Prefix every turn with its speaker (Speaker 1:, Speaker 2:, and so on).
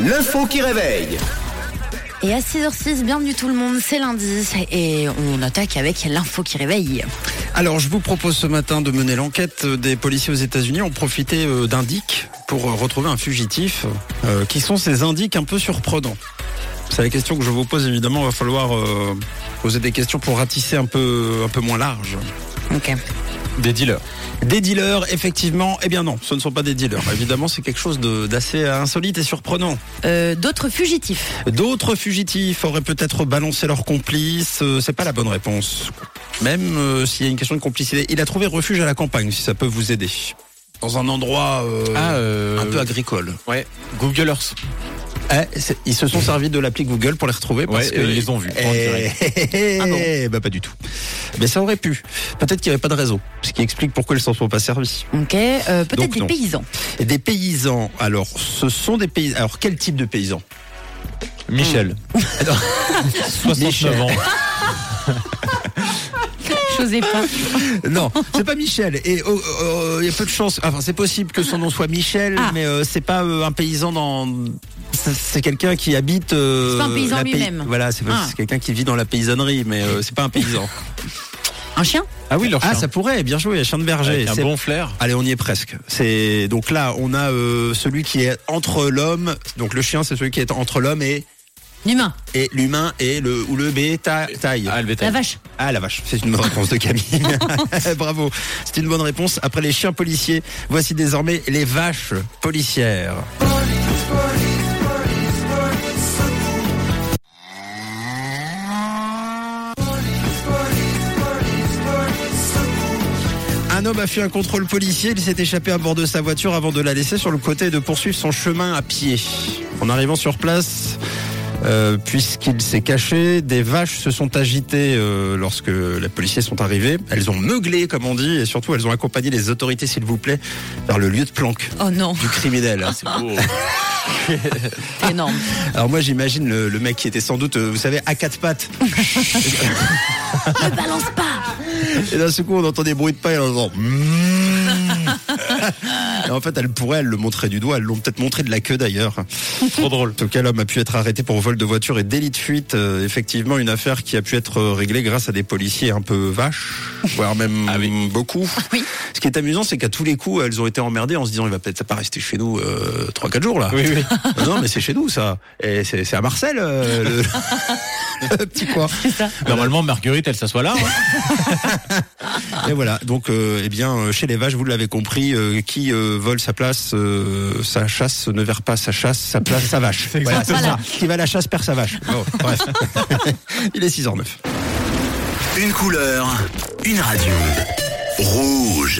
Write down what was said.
Speaker 1: L'info qui réveille.
Speaker 2: Et à 6h06, bienvenue tout le monde, c'est lundi et on attaque avec l'info qui réveille.
Speaker 3: Alors, je vous propose ce matin de mener l'enquête. Des policiers aux États-Unis ont profité euh, d'un DIC pour euh, retrouver un fugitif. Euh, qui sont ces indices un peu surprenants C'est la question que je vous pose évidemment. Il va falloir euh, poser des questions pour ratisser un peu, un peu moins large.
Speaker 2: Ok.
Speaker 3: Des dealers. Des dealers, effectivement. Eh bien non, ce ne sont pas des dealers. Évidemment, c'est quelque chose de- d'assez insolite et surprenant.
Speaker 2: Euh, D'autres fugitifs.
Speaker 3: D'autres fugitifs auraient peut-être balancé leurs complices. Euh, c'est pas la bonne réponse. Même euh, s'il y a une question de complicité. Il a trouvé refuge à la campagne, si ça peut vous aider. Dans un endroit euh,
Speaker 4: Ah, euh,
Speaker 3: un peu agricole.
Speaker 4: ouais. Google Earth.
Speaker 3: Eh, c'est- ils se sont servis de l'appli Google pour les retrouver parce
Speaker 4: Ouais,
Speaker 3: que-
Speaker 4: euh, ils les ont vus, en
Speaker 3: Eh,
Speaker 4: direct.
Speaker 2: Ah non.
Speaker 3: eh, bah pas du tout. Mais ça aurait pu. Peut-être qu'il n'y avait pas de réseau, ce qui explique pourquoi ils s'en sont pas servis.
Speaker 2: Ok. euh, Peut-être
Speaker 3: Donc,
Speaker 2: des
Speaker 3: non.
Speaker 2: paysans.
Speaker 3: Et des paysans. Alors, ce sont des paysans. Alors, quel type de paysans Hmm.
Speaker 4: Michel. 69 ans.
Speaker 2: Joséphine.
Speaker 3: Non, c'est pas Michel. Et oh, oh, il y a peu de chance. Enfin, c'est possible que son nom soit Michel,
Speaker 2: Ah.
Speaker 3: mais euh, c'est pas euh, un paysan dans. C'est c'est quelqu'un qui habite. euh,
Speaker 2: C'est pas un paysan
Speaker 3: la pays-
Speaker 2: lui-même.
Speaker 3: Voilà, c'est
Speaker 2: Ah.
Speaker 3: c'est quelqu'un qui vit dans la paysannerie, mais euh, c'est pas un paysan.
Speaker 2: Un chien
Speaker 4: Ah oui, leur
Speaker 3: ah,
Speaker 4: chien.
Speaker 3: ça pourrait. Bien joué, chien de berger.
Speaker 4: Avec un
Speaker 3: C'est-
Speaker 4: bon flair.
Speaker 3: Allez, on y est presque. C'est donc là, on a euh, celui qui est entre l'homme. Donc le chien, c'est celui qui est entre l'homme et
Speaker 2: L'humain
Speaker 3: et l'humain et le ou le bêta taille.
Speaker 4: Ah, le bétail.
Speaker 2: La vache
Speaker 3: Ah la vache, c'est une bonne réponse de Camille. Bravo, c'est une bonne réponse. Après les chiens policiers, voici désormais les vaches policières. Un homme a fait un contrôle policier, il s'est échappé à bord de sa voiture avant de la laisser sur le côté et de poursuivre son chemin à pied. En arrivant sur place, euh, puisqu'il s'est caché, des vaches se sont agitées euh, lorsque les policiers sont arrivés. Elles ont meuglé, comme on dit, et surtout elles ont accompagné les autorités, s'il vous plaît, vers le lieu de planque
Speaker 2: Oh non,
Speaker 3: du criminel. hein,
Speaker 2: c'est énorme.
Speaker 3: Alors moi j'imagine le, le mec qui était sans doute, euh, vous savez, à quatre pattes.
Speaker 2: Ne balance pas
Speaker 3: Et d'un seul coup on entend des bruits de pas et on entend... Mm. Et en fait elle pourrait, elle le montrer du doigt, elles l'ont peut-être montré de la queue d'ailleurs.
Speaker 4: Trop drôle.
Speaker 3: En tout cas, l'homme a pu être arrêté pour vol de voiture et délit de fuite. Euh, effectivement, une affaire qui a pu être euh, réglée grâce à des policiers un peu vaches, voire même
Speaker 4: Ah oui.
Speaker 3: beaucoup.
Speaker 2: oui.
Speaker 3: Ce qui est amusant, c'est qu'à tous les coups, elles ont été emmerdées en se disant, il va peut-être pas rester chez nous euh, 3-4 jours là.
Speaker 4: Oui, oui.
Speaker 3: Non, non, mais c'est chez nous ça. Et c'est c'est à Marseille euh, le... le petit coin.
Speaker 4: Normalement, Marguerite, elle s'assoit là. hein.
Speaker 3: Et voilà. Donc, euh, eh bien, euh, chez les vaches, vous l'avez compris, euh, qui euh, vole sa place, euh, sa chasse ne verre pas sa chasse, sa place sa vache. Voilà, c'est
Speaker 2: exactement
Speaker 3: ça. Qui va à la chasse perd sa vache. Bon, bref. Il est 6h09.
Speaker 1: Une couleur, une radio. Rouge.